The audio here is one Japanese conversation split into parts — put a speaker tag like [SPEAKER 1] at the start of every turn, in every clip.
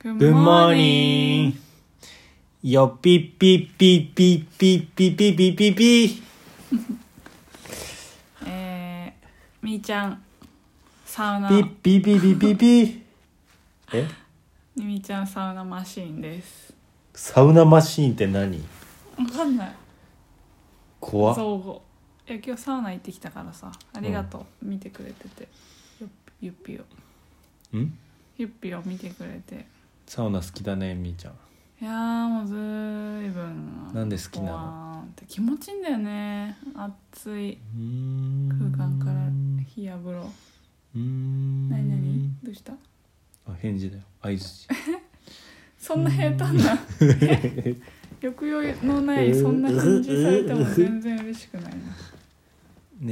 [SPEAKER 1] Good
[SPEAKER 2] Good morning! よっぴっぴっぴっぴっぴっぴっぴっぴっぴっぴ
[SPEAKER 1] えー、みーちゃんサウナ
[SPEAKER 2] ぴっぴっぴっぴっぴっぴえ
[SPEAKER 1] みーちゃんサウナマシーンです
[SPEAKER 2] サウナマシーンって何
[SPEAKER 1] わかんない
[SPEAKER 2] 怖っ
[SPEAKER 1] 造語いや今日サウナ行ってきたからさありがとう、見てくれててよっゆっぴよ
[SPEAKER 2] ん
[SPEAKER 1] ゆっぴを見てくれて
[SPEAKER 2] サウナ好きだねみーちゃん
[SPEAKER 1] いやーもうずーいぶん
[SPEAKER 2] なんで好きなの
[SPEAKER 1] のって気持ちいいんだよね暑いう
[SPEAKER 2] ーん
[SPEAKER 1] 空間から冷や風呂
[SPEAKER 2] うーん
[SPEAKER 1] 何何どうした
[SPEAKER 2] あ返事だよ相槌
[SPEAKER 1] そんな平坦 な抑揚のないそんな返事されても全然嬉しくないな
[SPEAKER 2] ね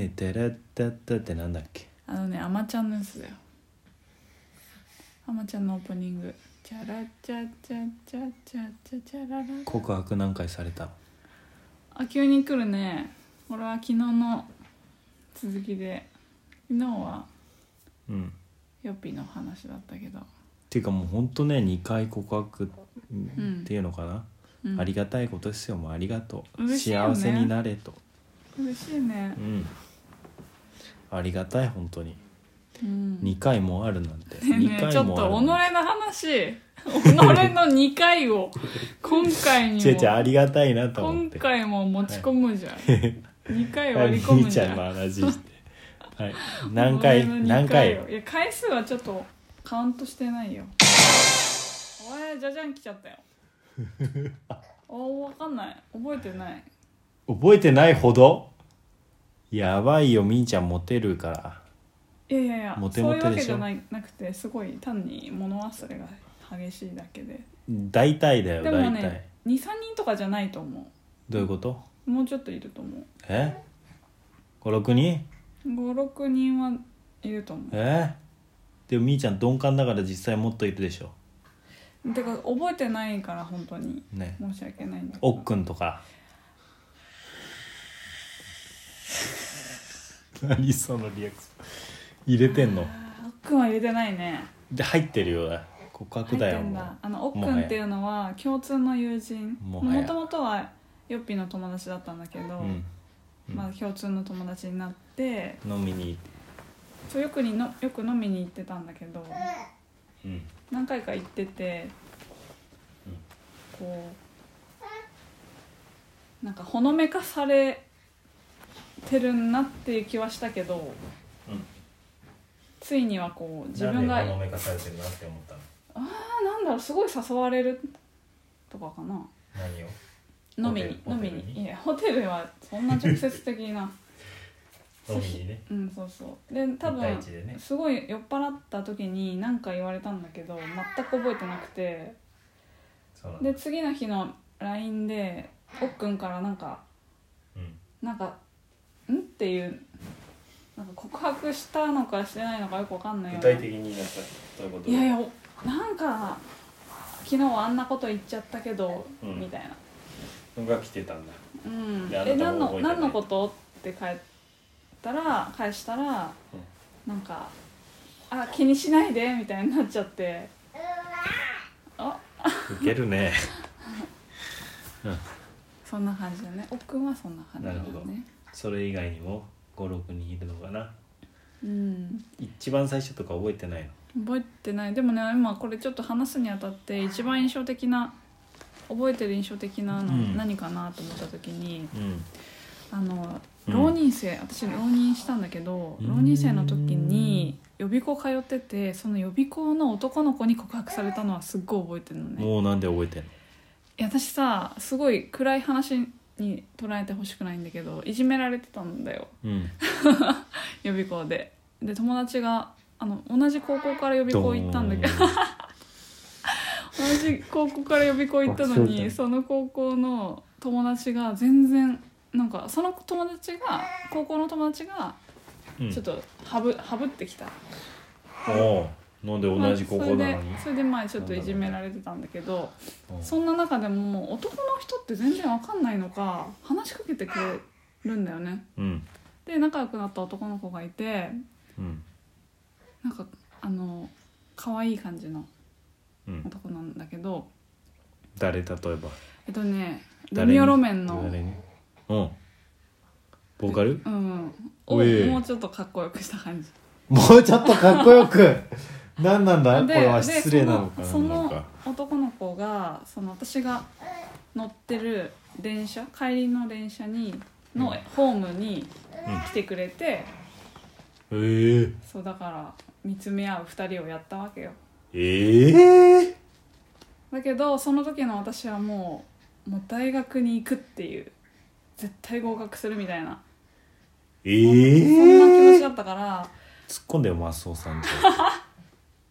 [SPEAKER 2] え「てらったった」ってなんだっけ
[SPEAKER 1] あのねあまちゃんのやつだよあまちゃんのオープニング「チャラチャチャチャチャチャチャララ」
[SPEAKER 2] 告白何回された
[SPEAKER 1] あ急に来るねこれは昨日の続きで昨日は
[SPEAKER 2] うんっ
[SPEAKER 1] ヨッピーの話だったけど、
[SPEAKER 2] ていうかもうほんとね2回告白
[SPEAKER 1] ん
[SPEAKER 2] っていうのかな、
[SPEAKER 1] うん、
[SPEAKER 2] ありがたいことですよもうありがとう、
[SPEAKER 1] 嬉しいよね
[SPEAKER 2] 幸せになれと
[SPEAKER 1] 嬉しいね
[SPEAKER 2] うんありがたい本当に
[SPEAKER 1] うん
[SPEAKER 2] 2回もあるなんて、
[SPEAKER 1] ねえ
[SPEAKER 2] 二
[SPEAKER 1] ねえ
[SPEAKER 2] 回
[SPEAKER 1] ちょっと
[SPEAKER 2] も
[SPEAKER 1] 己
[SPEAKER 2] ある
[SPEAKER 1] の
[SPEAKER 2] なんて
[SPEAKER 1] 話己の2回を今回に
[SPEAKER 2] 違う違う
[SPEAKER 1] も
[SPEAKER 2] ありがたいなと思っ
[SPEAKER 1] 今
[SPEAKER 2] て
[SPEAKER 1] 回も持ち込むじゃん、2回
[SPEAKER 2] はい
[SPEAKER 1] 割り込む
[SPEAKER 2] みー
[SPEAKER 1] じ
[SPEAKER 2] ち
[SPEAKER 1] ゃ
[SPEAKER 2] ゃん
[SPEAKER 1] ん
[SPEAKER 2] の話して はい何回
[SPEAKER 1] 己の二
[SPEAKER 2] 何回
[SPEAKER 1] をいや回数はちょっとカウントしてないよおいじゃじゃん来ちゃ ったよおわかんない覚えてない
[SPEAKER 2] 覚えてないほどやばいよみーちゃんモテるから
[SPEAKER 1] いやいやいや
[SPEAKER 2] モテモ
[SPEAKER 1] そういう
[SPEAKER 2] テでしょ
[SPEAKER 1] わけじゃないなくてすごい単に物忘れが激しいだけで
[SPEAKER 2] 大体だよ
[SPEAKER 1] でも
[SPEAKER 2] 大体、
[SPEAKER 1] ね23人とかじゃないと思
[SPEAKER 2] どういうこと
[SPEAKER 1] うもうちょっといると思う
[SPEAKER 2] え56人
[SPEAKER 1] 56人はいると思
[SPEAKER 2] えでもみーちゃん鈍感だから実際もっといるでしょ
[SPEAKER 1] うてか覚えてないから本当に
[SPEAKER 2] ね
[SPEAKER 1] 申し訳ないんだけど
[SPEAKER 2] おっくんとか 何そのリアクション入れてんの
[SPEAKER 1] あおっくんは入れてないね
[SPEAKER 2] で入ってるようだ告
[SPEAKER 1] 入
[SPEAKER 2] 白
[SPEAKER 1] って
[SPEAKER 2] だよ
[SPEAKER 1] ん
[SPEAKER 2] も
[SPEAKER 1] だあのおっく
[SPEAKER 2] もは
[SPEAKER 1] ん
[SPEAKER 2] や
[SPEAKER 1] っていうのは共通の友人
[SPEAKER 2] も
[SPEAKER 1] も
[SPEAKER 2] はや
[SPEAKER 1] ともとはよっぴの友達だったんだけど、
[SPEAKER 2] う、うんうん
[SPEAKER 1] まあ、共通の友達になって
[SPEAKER 2] 飲みに
[SPEAKER 1] ちょよくにのよく飲みに行ってたんだけど
[SPEAKER 2] うん
[SPEAKER 1] 何回か行ってて
[SPEAKER 2] うん
[SPEAKER 1] こうなんかほのめかされてるなっていう気はしたけど
[SPEAKER 2] うん
[SPEAKER 1] ついにはこう自分があ
[SPEAKER 2] めかされてるなって思ったの
[SPEAKER 1] ーなんだろうすごい誘われるとかかな
[SPEAKER 2] 何を
[SPEAKER 1] 飲みに
[SPEAKER 2] ホ
[SPEAKER 1] 飲み
[SPEAKER 2] テルホテルに
[SPEAKER 1] にいやホテルはそんな直接的 な
[SPEAKER 2] 飲みにね
[SPEAKER 1] うんそうそうで多
[SPEAKER 2] 一対
[SPEAKER 1] 分
[SPEAKER 2] 一でね
[SPEAKER 1] すごい酔っ払った時に何か言われたんだけど全く覚えてなくて
[SPEAKER 2] そうなんだ
[SPEAKER 1] で次の日の LINE でおっくんからなんか
[SPEAKER 2] うん
[SPEAKER 1] なんか「ん?」っていうなんか告白したのかしてないのかよくわかんない
[SPEAKER 2] 具
[SPEAKER 1] よう
[SPEAKER 2] 体
[SPEAKER 1] な
[SPEAKER 2] 的になんかどういうこと
[SPEAKER 1] いやいやおなんか昨日はあんなこと言っちゃったけど、
[SPEAKER 2] うん
[SPEAKER 1] みたいな
[SPEAKER 2] のが来てたんだ
[SPEAKER 1] 「うん、
[SPEAKER 2] であなた
[SPEAKER 1] え何
[SPEAKER 2] も覚
[SPEAKER 1] の
[SPEAKER 2] えてない
[SPEAKER 1] 何のこと?」って返ったら返したら、なんか「あ気にしないで」みたいになっちゃってあ
[SPEAKER 2] ウケるね
[SPEAKER 1] そんな感じだね奥はそんな感じだ
[SPEAKER 2] なるほど
[SPEAKER 1] ね
[SPEAKER 2] それ以外にも56人いるのかな
[SPEAKER 1] うん
[SPEAKER 2] 一番最初とか覚えてないの
[SPEAKER 1] 覚えてないでもね今これちょっと話すにあたって一番印象的な覚えてる印象的なの
[SPEAKER 2] うん
[SPEAKER 1] 何かなと思った時に、
[SPEAKER 2] うん
[SPEAKER 1] あの
[SPEAKER 2] うん
[SPEAKER 1] 浪人生、私浪人したんだけど
[SPEAKER 2] うん
[SPEAKER 1] 浪人生の時に予備校通っててその予備校の男の子に告白されたのはすっごい覚えてるのね
[SPEAKER 2] もうなんで覚えてんの
[SPEAKER 1] いや私さすごい暗い話に捉えてほしくないんだけどいじめられてたんだよ
[SPEAKER 2] うん
[SPEAKER 1] 予備校でで友達があの同じ高校から予備校行ったんだけど同じ高校から予備校行ったの
[SPEAKER 2] あそうだ
[SPEAKER 1] にその高校の友達が全然なんかその友達が高校の友達が
[SPEAKER 2] う ん
[SPEAKER 1] ちょっとハブ,、ハブってきた
[SPEAKER 2] おうなんで同じ高校な
[SPEAKER 1] まあ
[SPEAKER 2] のに
[SPEAKER 1] それでそれでまあちょっといじめられてたんだけど
[SPEAKER 2] うん
[SPEAKER 1] そんな中でももう男の人って全然わかんないのか話しかけてくれるんだよね
[SPEAKER 2] うん
[SPEAKER 1] で仲良くなった男の子がいて
[SPEAKER 2] うん
[SPEAKER 1] なんかあの可愛い感じの
[SPEAKER 2] うん
[SPEAKER 1] 男なんだけど
[SPEAKER 2] 誰例えば
[SPEAKER 1] えっとねレ
[SPEAKER 2] 誰に
[SPEAKER 1] ミオロメンの
[SPEAKER 2] 誰にうんボーカル
[SPEAKER 1] うん
[SPEAKER 2] おえ
[SPEAKER 1] をもうちょっとかっこよくした感じ
[SPEAKER 2] もうちょっとかっこよく 何なんだこ
[SPEAKER 1] で
[SPEAKER 2] れは
[SPEAKER 1] で
[SPEAKER 2] 失礼なのかな
[SPEAKER 1] そ
[SPEAKER 2] なん
[SPEAKER 1] の
[SPEAKER 2] か
[SPEAKER 1] その男の子がその私が乗ってる電車帰りの電車にのホームに来てくれて、
[SPEAKER 2] えー、
[SPEAKER 1] そうだから見つめ合う2人をやったわけよ
[SPEAKER 2] ええ
[SPEAKER 1] だけどその時の私はもうもう大学に行くっていう絶対合格するみたいな、
[SPEAKER 2] え
[SPEAKER 1] そんな気持ち
[SPEAKER 2] ー、
[SPEAKER 1] だったから
[SPEAKER 2] 突っ込んでよマスオ さんと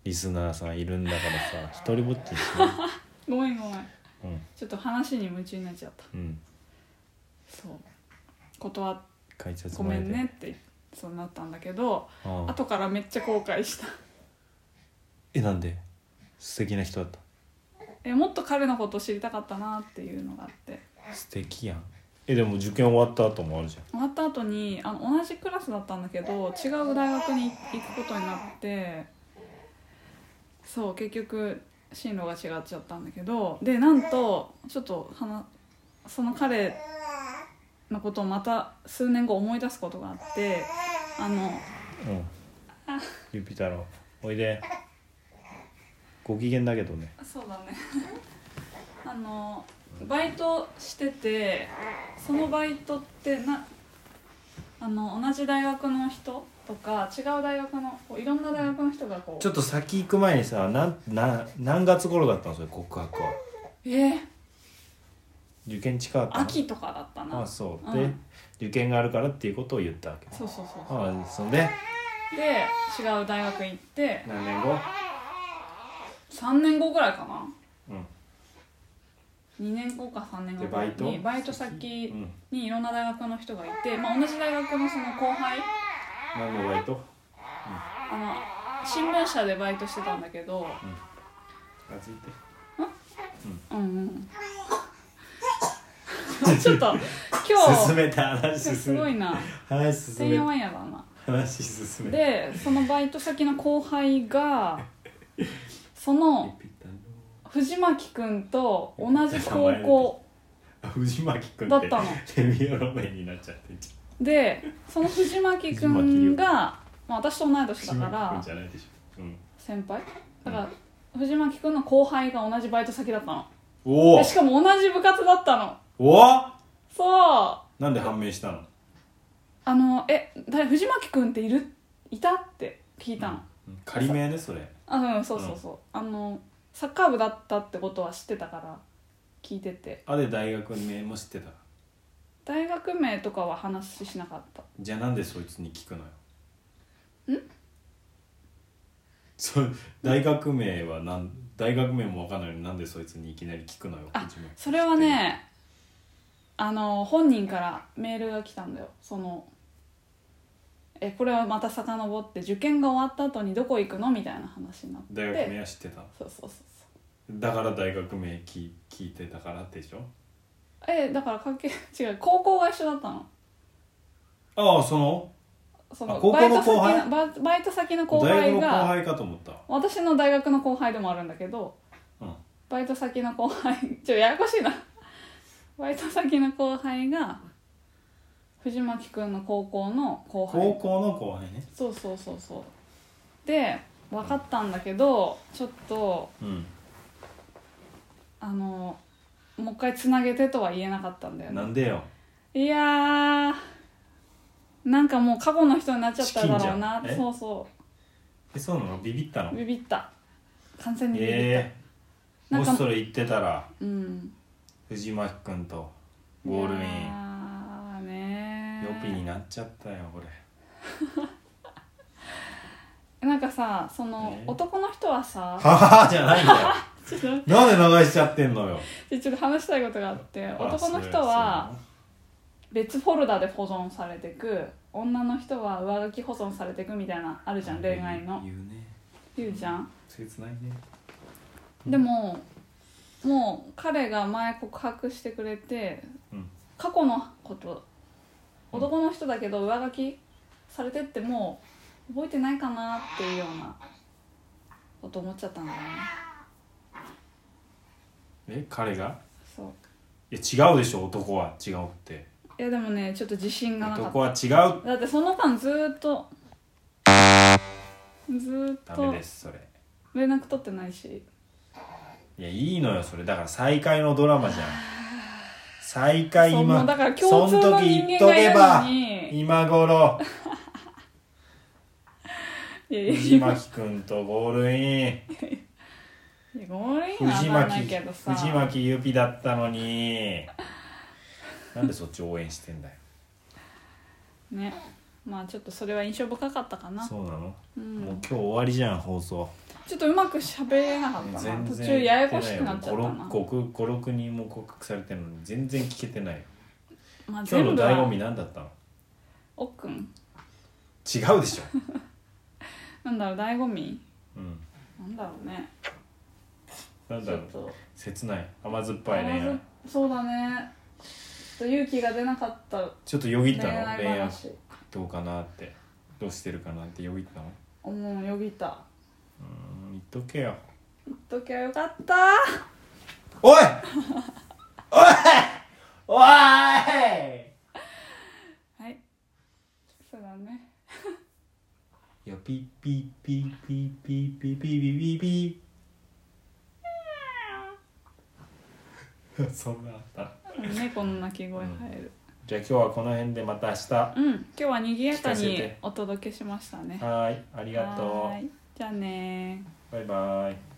[SPEAKER 2] リスナーさんいるんだからさ一人ぼっちにしない
[SPEAKER 1] ごめんごめん
[SPEAKER 2] うん
[SPEAKER 1] ちょっと話に夢中になっちゃった
[SPEAKER 2] うん
[SPEAKER 1] そう断っ
[SPEAKER 2] 解説
[SPEAKER 1] ご
[SPEAKER 2] 前
[SPEAKER 1] め
[SPEAKER 2] で
[SPEAKER 1] んねってそうなったんだけど
[SPEAKER 2] ああ
[SPEAKER 1] 後からめっちゃ後悔した
[SPEAKER 2] えなんで素敵な人だっ
[SPEAKER 1] えもっと彼のことを知りたかったなっていうのがあって
[SPEAKER 2] た素敵やんえでも受験終わった後もあるじゃん
[SPEAKER 1] 終わった後にあの同じクラスだったんだけど違う大学に行くことになってそう結局進路が違っちゃったんだけどでなんとちょっと話その彼のことをまた数年後思い出すことがあってあの
[SPEAKER 2] うんゆぴ太郎おいでご機嫌だけどね
[SPEAKER 1] そうだね あのバイトしててそのバイトってなあの同じ大学の人とか違う大学のこういろんな大学の人がこう
[SPEAKER 2] ちょっと先行く前にさなんな何月頃だったのそれ告白は
[SPEAKER 1] えー、
[SPEAKER 2] 受験近かったの
[SPEAKER 1] 秋とかだったな
[SPEAKER 2] あ
[SPEAKER 1] そ
[SPEAKER 2] そう、
[SPEAKER 1] う
[SPEAKER 2] で
[SPEAKER 1] ん
[SPEAKER 2] 受験があるからっていうことを言ったわけ
[SPEAKER 1] うそうそう
[SPEAKER 2] ああそんで
[SPEAKER 1] で違う大学行って
[SPEAKER 2] 何年後
[SPEAKER 1] 3年後ぐらいかな
[SPEAKER 2] うん
[SPEAKER 1] 2年後か3年後ぐらいに
[SPEAKER 2] でバイト
[SPEAKER 1] バイト
[SPEAKER 2] う
[SPEAKER 1] 先
[SPEAKER 2] ん
[SPEAKER 1] にいろんな大学の人がいて、まあ、同じ大学のその後輩
[SPEAKER 2] 何のバイト
[SPEAKER 1] あの新聞社でバイトしてたんだけど、
[SPEAKER 2] あついて
[SPEAKER 1] うんうんちょっと今
[SPEAKER 2] 進めた
[SPEAKER 1] 日
[SPEAKER 2] 話進
[SPEAKER 1] す
[SPEAKER 2] め
[SPEAKER 1] ごいな
[SPEAKER 2] 話
[SPEAKER 1] て
[SPEAKER 2] 進
[SPEAKER 1] んやわ
[SPEAKER 2] め
[SPEAKER 1] んやだな
[SPEAKER 2] 話進め
[SPEAKER 1] でそのバイト先の後輩がその
[SPEAKER 2] ゆぴ太
[SPEAKER 1] 藤巻くんと同じ高校
[SPEAKER 2] 郎あ藤巻君
[SPEAKER 1] だ
[SPEAKER 2] っ
[SPEAKER 1] ってたの
[SPEAKER 2] レミオロメンになっちゃってんじ
[SPEAKER 1] でその藤巻くんが、まあ、私と同い年
[SPEAKER 2] ゃん
[SPEAKER 1] だか
[SPEAKER 2] 藤巻君
[SPEAKER 1] ら
[SPEAKER 2] じゃないでしょ、うん、
[SPEAKER 1] 先輩だから藤巻くんの後輩が同じバイト先だったの
[SPEAKER 2] おお
[SPEAKER 1] でしかも同じ部活だったの
[SPEAKER 2] おお
[SPEAKER 1] そう
[SPEAKER 2] なんで判明したの
[SPEAKER 1] あの「え誰藤巻くんっているいた?」って聞いたの、
[SPEAKER 2] うん仮名ねそれ
[SPEAKER 1] あうんそうそうそう、あのサッカー部だったってことは知ってたから聞いてて
[SPEAKER 2] あで大学名も知ってた
[SPEAKER 1] 大学名とかは話しなかった
[SPEAKER 2] じゃあなんでそいつに聞くのよんそう大学名はなん大学名もわかんないのになんでそいつにいきなり聞くのよ
[SPEAKER 1] あ
[SPEAKER 2] 藤巻
[SPEAKER 1] それはねあの本人からメールが来たんだよそのえこれはまた遡って受験が終わった後にどこ行くのみたいな話になって
[SPEAKER 2] 大学名は知ってたの
[SPEAKER 1] そうそうそうそう
[SPEAKER 2] だから大学名聞聞いてたからでしょ
[SPEAKER 1] えだから関係 違う高校が一緒だったの
[SPEAKER 2] ああその
[SPEAKER 1] そ
[SPEAKER 2] あ
[SPEAKER 1] の
[SPEAKER 2] 高
[SPEAKER 1] バ
[SPEAKER 2] 校
[SPEAKER 1] イ
[SPEAKER 2] の
[SPEAKER 1] ト先
[SPEAKER 2] 後輩
[SPEAKER 1] のバイトバイト先の後
[SPEAKER 2] 大
[SPEAKER 1] 輩
[SPEAKER 2] 学の後
[SPEAKER 1] が
[SPEAKER 2] 輩かと思った
[SPEAKER 1] 私の大学の後輩でもあるんだけど
[SPEAKER 2] うん
[SPEAKER 1] バイト先の後輩ちょややこしいなバイト先の後輩が藤巻くんの高校の後
[SPEAKER 2] 高
[SPEAKER 1] 輩
[SPEAKER 2] 校の後輩ね
[SPEAKER 1] そうそうそうそうで分かったんだけどちょっと
[SPEAKER 2] うん
[SPEAKER 1] あのもう一回つなげてとは言えなかったんだよ
[SPEAKER 2] な
[SPEAKER 1] ね
[SPEAKER 2] んでよ
[SPEAKER 1] いやーなんかもう過去の人になっちゃっただろうな
[SPEAKER 2] チキンじゃんえ
[SPEAKER 1] そうそ
[SPEAKER 2] えそうなのビビった
[SPEAKER 1] う
[SPEAKER 2] の
[SPEAKER 1] ビビった完全にビビった、
[SPEAKER 2] ええ
[SPEAKER 1] なん
[SPEAKER 2] も
[SPEAKER 1] か
[SPEAKER 2] しそれ言ってたら
[SPEAKER 1] うん
[SPEAKER 2] 藤巻君とゴールイン
[SPEAKER 1] ああね
[SPEAKER 2] 予備になっちゃったよこれ
[SPEAKER 1] なんかさその、
[SPEAKER 2] ね
[SPEAKER 1] 男の人はさ
[SPEAKER 2] ははじゃないんだよ
[SPEAKER 1] ちょっと待
[SPEAKER 2] なんで流しちゃってんのよ
[SPEAKER 1] ってちょっと話したいことがあって男の人
[SPEAKER 2] あ
[SPEAKER 1] は別フォルダで保存されてく女の人は上書き保存されてくみたいなある
[SPEAKER 2] そ
[SPEAKER 1] じゃ
[SPEAKER 2] うなんの
[SPEAKER 1] 恋愛の
[SPEAKER 2] 言うね
[SPEAKER 1] 言うじゃん
[SPEAKER 2] 切ないね
[SPEAKER 1] でももう彼が前告白してくれて
[SPEAKER 2] うん
[SPEAKER 1] 過去のこと
[SPEAKER 2] うん
[SPEAKER 1] 男の人だけど上書きされてってもう覚えてないかなっていうようなこと思っちゃったんだよね
[SPEAKER 2] え彼が
[SPEAKER 1] そう
[SPEAKER 2] いや違うでしょ男は違うって
[SPEAKER 1] いやでもねちょっと自信がなかっ
[SPEAKER 2] 男は違う
[SPEAKER 1] ただってその間ずーっとずーっ
[SPEAKER 2] ダ
[SPEAKER 1] と
[SPEAKER 2] メですそれ
[SPEAKER 1] 連絡取ってないし
[SPEAKER 2] いやいいのよそれだから再会のドラマじゃん再 会
[SPEAKER 1] そうも
[SPEAKER 2] 今
[SPEAKER 1] うだから共通の人間がいるのに
[SPEAKER 2] 今 頃
[SPEAKER 1] いやいやい
[SPEAKER 2] 藤
[SPEAKER 1] や
[SPEAKER 2] 巻君とゴールイン
[SPEAKER 1] いやゴールインは
[SPEAKER 2] 藤
[SPEAKER 1] 当たらない
[SPEAKER 2] 巻
[SPEAKER 1] けどさ
[SPEAKER 2] 藤巻ゆぴだったのになんでそっち応援してんだよ
[SPEAKER 1] ねまあちょっとそれは印象深かったかな
[SPEAKER 2] そうなの、
[SPEAKER 1] う、
[SPEAKER 2] もうん今日終わりじゃん放送
[SPEAKER 1] ちょっとうまく喋れなかったな途中ややこしくなっちゃったな、
[SPEAKER 2] 56人も告白されてるのに全然聞けてないよ
[SPEAKER 1] まあ、
[SPEAKER 2] 今日の
[SPEAKER 1] 全部
[SPEAKER 2] 醍醐
[SPEAKER 1] は
[SPEAKER 2] 味何だったの
[SPEAKER 1] おっくん
[SPEAKER 2] 違うでしょ、
[SPEAKER 1] なんだろう醍醐味
[SPEAKER 2] うん、
[SPEAKER 1] なんだろうね
[SPEAKER 2] なん
[SPEAKER 1] ち
[SPEAKER 2] だ
[SPEAKER 1] ょ
[SPEAKER 2] ろう
[SPEAKER 1] っと
[SPEAKER 2] 切ない甘酸っぱい恋愛
[SPEAKER 1] そうだねちょっと勇気が出なかった
[SPEAKER 2] ちょっとよぎっ
[SPEAKER 1] 恋
[SPEAKER 2] たの
[SPEAKER 1] 愛
[SPEAKER 2] 恋愛
[SPEAKER 1] 話
[SPEAKER 2] どうかなってどうしてるかなってよぎったの
[SPEAKER 1] もうよぎった
[SPEAKER 2] うん言っとけよ
[SPEAKER 1] 言っときゃよかった
[SPEAKER 2] お いおいおい
[SPEAKER 1] はいそうだね
[SPEAKER 2] よピッピッピッピッピッピッピッピッピッピ そんなあった
[SPEAKER 1] 猫の鳴き声入る
[SPEAKER 2] じゃあ今日はこの辺でまた明日は
[SPEAKER 1] うん、今日は賑やか
[SPEAKER 2] 聞かせ
[SPEAKER 1] に
[SPEAKER 2] て
[SPEAKER 1] お届けしましたね
[SPEAKER 2] ーいありがと
[SPEAKER 1] はーいじゃあねー
[SPEAKER 2] うバイバイ